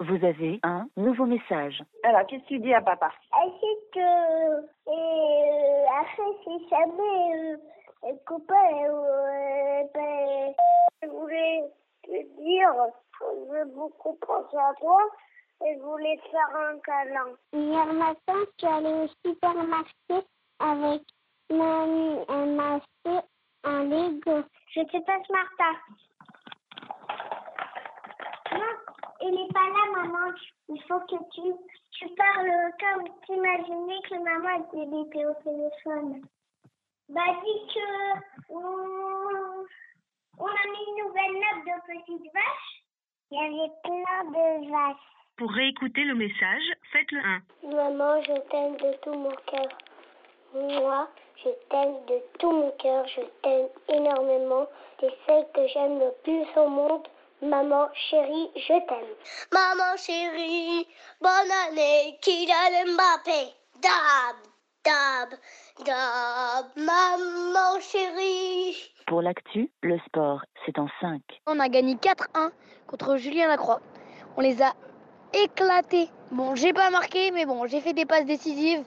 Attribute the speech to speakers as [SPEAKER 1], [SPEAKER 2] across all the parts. [SPEAKER 1] Vous avez un nouveau message.
[SPEAKER 2] Alors, qu'est-ce que tu dis à papa
[SPEAKER 3] Est-ce que et après si jamais euh, le copain euh, ben, je voulais te dire je beaucoup penser à toi et je voulais te faire un câlin.
[SPEAKER 4] Hier matin, je suis allée au supermarché avec ma amie. Elle m'a fait un Lego.
[SPEAKER 3] Je te passe Martha. Non, il n'est pas là, maman. Il faut que tu, tu parles comme t'imaginer que maman a des bébés au téléphone. Bah, dis que on, on a mis une nouvelle note de petites vaches. Il y avait plein de vaches.
[SPEAKER 5] Pour réécouter le message, faites le 1.
[SPEAKER 3] Maman, je t'aime de tout mon cœur. Moi, je t'aime de tout mon cœur. Je t'aime énormément. T'es celle que j'aime le plus au monde. Maman, chérie, je t'aime.
[SPEAKER 6] Maman chérie, bonne année, Kylian Mbappé. Dab, dab, dab. Maman chérie.
[SPEAKER 1] Pour l'actu, le sport, c'est en 5.
[SPEAKER 7] On a gagné 4-1 contre Julien Lacroix. On les a éclatés. Bon, j'ai pas marqué, mais bon, j'ai fait des passes décisives.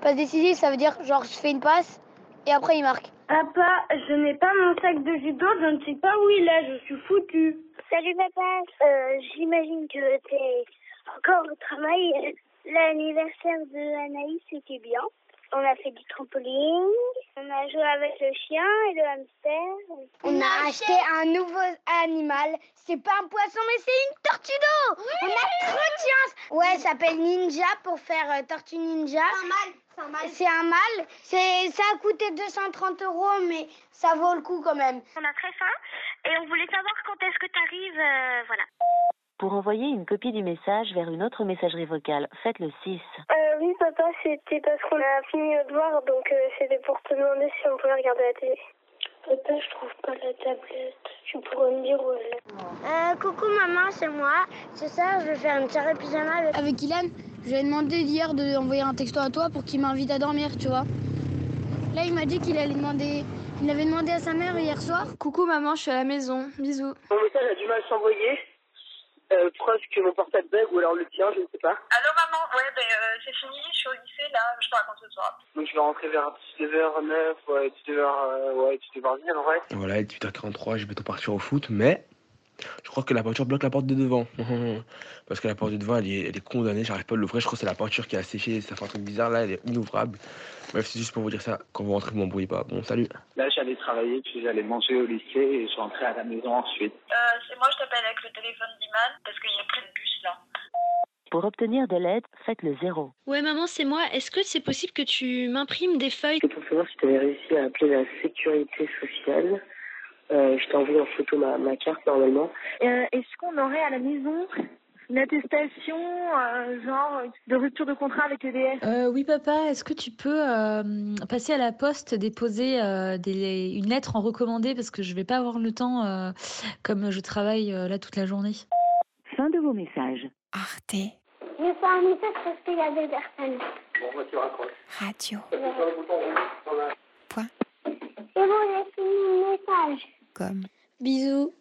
[SPEAKER 7] Passe décisive, ça veut dire genre je fais une passe et après il marque.
[SPEAKER 2] Papa, je n'ai pas mon sac de judo, je ne sais pas où il est, je suis foutue.
[SPEAKER 3] Salut, papa. Euh, J'imagine que t'es encore au travail. L'anniversaire de Anaïs, c'était bien. On a fait du trampoline. On a joué avec le chien et le hamster.
[SPEAKER 4] On a acheté un nouveau animal. C'est pas un poisson, mais c'est une tortue d'eau. On a trop de chance. Ouais, elle s'appelle Ninja pour faire euh, Tortue Ninja. C'est un mâle. C'est ça a coûté 230 euros, mais ça vaut le coup quand même.
[SPEAKER 8] On a très faim et on voulait savoir quand est-ce que tu arrives. voilà.
[SPEAKER 1] Pour envoyer une copie du message vers une autre messagerie vocale, faites le 6.
[SPEAKER 3] Euh, oui, papa, c'était parce qu'on a fini le devoir, donc euh, c'était pour te demander si on pouvait regarder la télé. Papa, je trouve pas la tablette. Tu pourrais me dire où elle est.
[SPEAKER 4] Euh, coucou maman, c'est moi. C'est ça, je vais faire une soirée pyjama avec
[SPEAKER 7] Avec Ilan, je lui ai demandé hier de envoyer un texto à toi pour qu'il m'invite à dormir, tu vois. Là, il m'a dit qu'il allait demander. Il avait demandé à sa mère hier soir. Coucou maman, je suis à la maison. Bisous.
[SPEAKER 9] Mon message a du mal à s'envoyer. Euh, preuve que mon portable bug ou alors le tien, je ne sais pas.
[SPEAKER 2] Allô, maman Ouais, ben, euh, c'est fini, je suis au lycée, là, je te raconte ce soir.
[SPEAKER 9] Donc je vais rentrer vers 19h09, ouais, 19h, euh, ouais, 19h10 en vrai.
[SPEAKER 10] Voilà, 18h43, je vais bientôt partir au foot, mais je crois que la voiture bloque la porte de devant. Parce que la porte de devant, elle est, elle est condamnée, j'arrive pas à l'ouvrir. Je crois que c'est la peinture qui a séché, ça fait un truc bizarre là, elle est inouvrable. Bref, c'est juste pour vous dire ça. Quand vous rentrez, vous m'embrouillez pas. Bon, salut.
[SPEAKER 11] Là, j'allais travailler, puis j'allais manger au lycée et je rentrais à la maison ensuite.
[SPEAKER 2] Euh, c'est moi, je t'appelle avec le téléphone d'Iman parce qu'il y a plus de bus, là.
[SPEAKER 1] Pour obtenir de l'aide, faites le 0.
[SPEAKER 12] Ouais maman, c'est moi. Est-ce que c'est possible que tu m'imprimes des feuilles
[SPEAKER 9] C'est pour savoir si tu avais réussi à appeler la sécurité sociale. Euh, je t'ai envoyé en photo ma, ma carte normalement.
[SPEAKER 13] Euh, Est-ce qu'on aurait à la maison une attestation, euh, genre, de rupture de contrat avec EDF
[SPEAKER 12] euh, Oui papa, est-ce que tu peux euh, passer à la poste déposer euh, des, une lettre en recommandé parce que je vais pas avoir le temps euh, comme je travaille euh, là toute la journée.
[SPEAKER 1] Fin de vos messages.
[SPEAKER 14] Arte
[SPEAKER 3] Je vais faire un message parce qu'il y a deux personnes.
[SPEAKER 9] Bon, moi, tu raccroches.
[SPEAKER 14] Radio.
[SPEAKER 9] Ça fait sur le bouton rouge, dans la-
[SPEAKER 3] C'est bon, j'ai fini le message.
[SPEAKER 14] Comme
[SPEAKER 7] Bisous.